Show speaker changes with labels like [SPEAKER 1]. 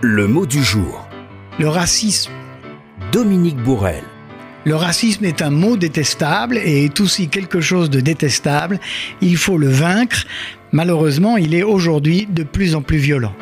[SPEAKER 1] Le mot du jour.
[SPEAKER 2] Le racisme.
[SPEAKER 1] Dominique Bourrel.
[SPEAKER 2] Le racisme est un mot détestable et est aussi quelque chose de détestable. Il faut le vaincre. Malheureusement, il est aujourd'hui de plus en plus violent.